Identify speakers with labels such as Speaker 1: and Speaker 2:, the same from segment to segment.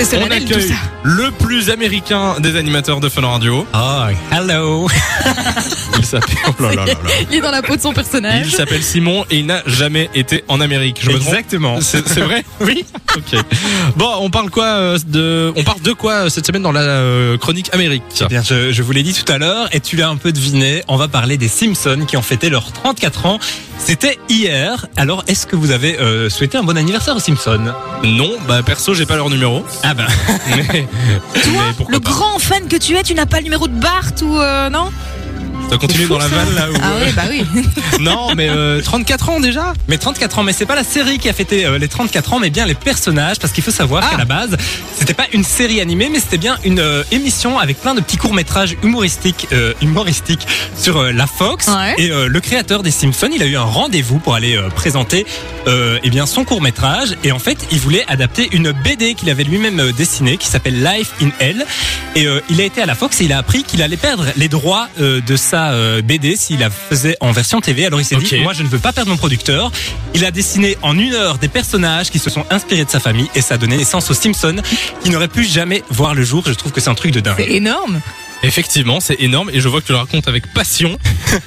Speaker 1: C'est
Speaker 2: On accueille le plus américain des animateurs de Fun Radio.
Speaker 3: Oh, hello.
Speaker 2: Il s'appelle oh là là là là.
Speaker 1: Il est dans la peau de son
Speaker 2: Il
Speaker 1: personnage.
Speaker 2: s'appelle Simon et il n'a jamais été en Amérique. Je me trompe
Speaker 3: Exactement.
Speaker 2: C'est c'est vrai
Speaker 3: Oui.
Speaker 2: Ok. Bon, on parle quoi euh, de on parle de quoi euh, cette semaine dans la euh, chronique Amérique
Speaker 3: Eh bien, je, je vous l'ai dit tout à l'heure, et tu l'as un peu deviné, on va parler des Simpsons qui ont fêté leurs 34 ans. C'était hier. Alors, est-ce que vous avez euh, souhaité un bon anniversaire aux Simpsons
Speaker 2: Non, bah perso, j'ai pas leur numéro.
Speaker 3: Ah ben,
Speaker 2: Mais, mais
Speaker 1: Le
Speaker 2: pourquoi pas
Speaker 1: grand fan que tu es, tu n'as pas le numéro de Bart ou euh, non
Speaker 2: Ça continue dans la vanne là où
Speaker 1: Ah oui, bah oui.
Speaker 2: Non, mais euh, 34 ans déjà
Speaker 3: mais 34 ans, mais c'est pas la série qui a fêté euh, les 34 ans, mais bien les personnages, parce qu'il faut savoir
Speaker 2: Ah.
Speaker 3: qu'à la base, c'était pas une série animée, mais c'était bien une euh, émission avec plein de petits courts-métrages humoristiques, euh, humoristiques sur euh, la Fox.
Speaker 1: Ouais.
Speaker 3: Et euh, le créateur des Simpsons, il a eu un rendez-vous pour aller euh, présenter euh, eh bien, son court-métrage. Et en fait, il voulait adapter une BD qu'il avait lui-même euh, dessinée, qui s'appelle Life in Hell. Et euh, il a été à la Fox et il a appris qu'il allait perdre les droits euh, de sa euh, BD s'il la faisait en version TV. Alors il s'est
Speaker 2: Ok.
Speaker 3: dit, moi je ne veux pas perdre mon producteur. Il a dessiné en une heure des personnages qui se sont inspirés de sa famille et ça a donné naissance aux Simpsons qui n'auraient pu jamais voir le jour. Je trouve que c'est un truc de
Speaker 1: C'est
Speaker 3: dingue.
Speaker 1: énorme.
Speaker 2: Effectivement, c'est énorme et je vois que tu le racontes avec passion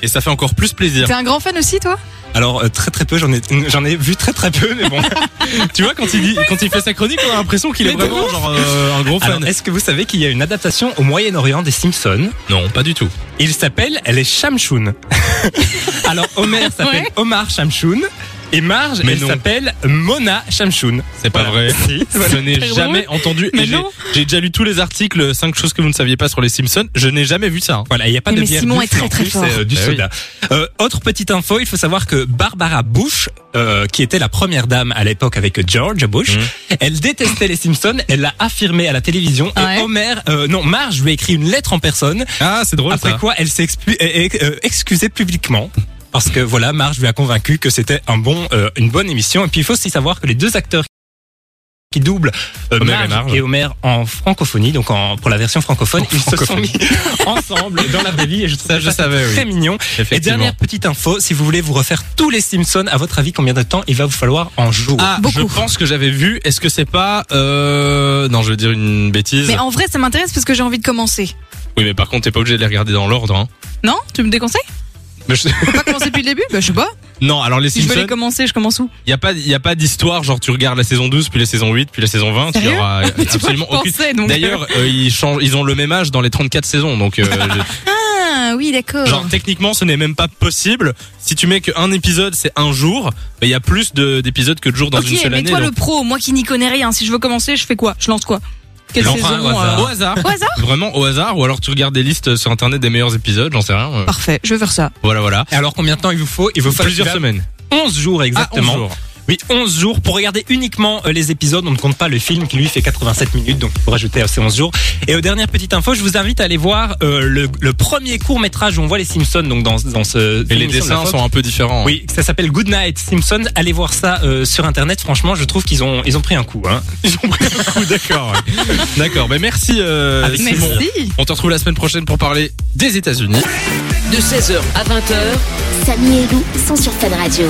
Speaker 2: et ça fait encore plus plaisir.
Speaker 1: T'es un grand fan aussi, toi
Speaker 3: Alors euh, très très peu, j'en ai, j'en ai vu très très peu, mais bon.
Speaker 2: Tu vois quand il dit, quand il fait sa chronique, on a l'impression qu'il est
Speaker 3: Mais Ah de
Speaker 2: vraiment genre euh, un gros fan.
Speaker 3: Alors, est-ce que vous savez qu'il y a une adaptation au Moyen-Orient des Simpsons
Speaker 2: non, pas du tout.
Speaker 3: Il s'appelle les Shamshun. Alors Homer s'appelle
Speaker 1: Ouais.
Speaker 3: Omar Shamshun et Marge
Speaker 2: Mais
Speaker 3: elle
Speaker 2: non.
Speaker 3: s'appelle Mona Shamshun.
Speaker 2: C'est pas
Speaker 3: Voilà.
Speaker 2: vrai.
Speaker 3: Si.
Speaker 2: Je n'ai
Speaker 1: drôle.
Speaker 2: jamais entendu.
Speaker 1: Mais
Speaker 2: et j'ai-
Speaker 1: non.
Speaker 2: J'ai déjà lu tous les articles 5 choses que vous ne saviez pas sur les Simpsons. Je n'ai jamais vu ça. hein.
Speaker 3: Voilà, il n'y a pas
Speaker 1: Eh Mais
Speaker 3: de bière
Speaker 1: Simon
Speaker 3: douce,
Speaker 1: est très,
Speaker 3: non
Speaker 1: très
Speaker 3: plus,
Speaker 1: fort.
Speaker 3: c'est, euh, du
Speaker 2: Bah oui.
Speaker 3: soda. Euh, autre petite info, il faut savoir que Barbara Bush, euh, qui était la première dame à l'époque avec George Bush,
Speaker 2: Mhm.
Speaker 3: elle détestait les Simpsons, elle l'a affirmé à la télévision
Speaker 1: Ouais.
Speaker 3: et Homer, euh, non Marge lui a écrit une lettre en personne
Speaker 2: Ah, c'est drôle
Speaker 3: Après
Speaker 2: ça.
Speaker 3: quoi, elle s'est expu- euh, euh, excusée publiquement. Parce que voilà, Marge lui a convaincu que c'était un bon, euh, une bonne émission. Et puis il faut aussi savoir que les deux acteurs qui doublent euh,
Speaker 2: Homer et
Speaker 3: Marge et,
Speaker 2: Marge.
Speaker 3: Homer en francophonie, donc en, pour la version francophone, ils se sont mis ensemble dans la vraie vie. Et je trouve
Speaker 2: Ça,
Speaker 3: ça,
Speaker 2: je savais, oui.
Speaker 3: très mignon. Et
Speaker 2: Effectivement.
Speaker 3: dernière petite info, si vous voulez vous refaire tous les Simpsons, à votre avis, combien de temps il va vous falloir en jour
Speaker 2: Ah,
Speaker 1: Beaucoup.
Speaker 2: je pense que j'avais vu. Est-ce que c'est pas euh... Non, je veux dire une bêtise.
Speaker 1: Mais en vrai, ça m'intéresse parce que j'ai envie de commencer.
Speaker 2: Oui, mais par contre, t'es pas obligé de les regarder dans l'ordre. Hein.
Speaker 1: Non Tu me déconseilles
Speaker 2: Mais je-
Speaker 1: Faut pas commencer depuis le début Bah, je sais pas.
Speaker 2: Non, alors les
Speaker 1: Si je veux
Speaker 2: Simpsons,
Speaker 1: les commencer, je commence où
Speaker 2: il y a pas, il y a pas d'histoire. Genre, tu regardes la saison 12, puis la saison 8, puis la saison 20. tu
Speaker 1: Sérieux
Speaker 2: auras
Speaker 1: Tu vois, je
Speaker 2: absolument aucune.
Speaker 1: pensais, donc.
Speaker 2: D'ailleurs, euh, ils changent, ils ont le même âge dans les 34 saisons, donc euh, je-
Speaker 1: Ah, oui, d'accord.
Speaker 2: Genre techniquement ce n'est même pas possible. Si tu mets qu'un épisode c'est un jour, mais il y a plus de- d'épisodes que de jours dans
Speaker 1: ok,
Speaker 2: une seule
Speaker 1: mais
Speaker 2: année.
Speaker 1: toi le
Speaker 2: donc-
Speaker 1: pro, moi qui n'y connais rien, si je veux commencer, je fais quoi Je lance quoi Quelle
Speaker 2: Lance
Speaker 1: saison
Speaker 3: un au
Speaker 1: euh,
Speaker 3: hasard.
Speaker 2: Au hasard.
Speaker 1: au hasard
Speaker 2: Vraiment au hasard, ou alors tu regardes des listes sur internet des meilleurs épisodes, j'en sais rien. euh,
Speaker 1: Parfait, je vais faire ça.
Speaker 2: Voilà, voilà.
Speaker 3: Et Alors combien de temps il vous faut Il vous faut
Speaker 2: Plusieurs semaines.
Speaker 3: 11 jours exactement.
Speaker 2: Ah, 11 jours.
Speaker 3: Oui, 11 jours pour regarder uniquement euh, les épisodes. On ne compte pas le film qui lui fait 87 minutes, donc il faut rajouter à ces 11 jours. Et euh, dernière petite info, je vous invite à aller voir euh, le, le premier court métrage où on voit les Simpsons, donc dans, dans ce.
Speaker 2: Et les
Speaker 3: émission de la
Speaker 2: dessins
Speaker 3: Fox.
Speaker 2: sont un peu différents.
Speaker 3: Oui, ça s'appelle Good Night Simpsons. Allez voir ça euh, sur internet. Franchement, je trouve qu'ils ont ils ont pris un coup. Hein.
Speaker 2: Ils ont pris un coup, d'accord. ouais. D'accord, mais merci euh,
Speaker 3: Avec
Speaker 2: Simon.
Speaker 1: Merci.
Speaker 2: On te retrouve la semaine prochaine pour parler des États-Unis.
Speaker 4: De 16h à 20h,
Speaker 5: Samy et Lou sont sur Fan Radio.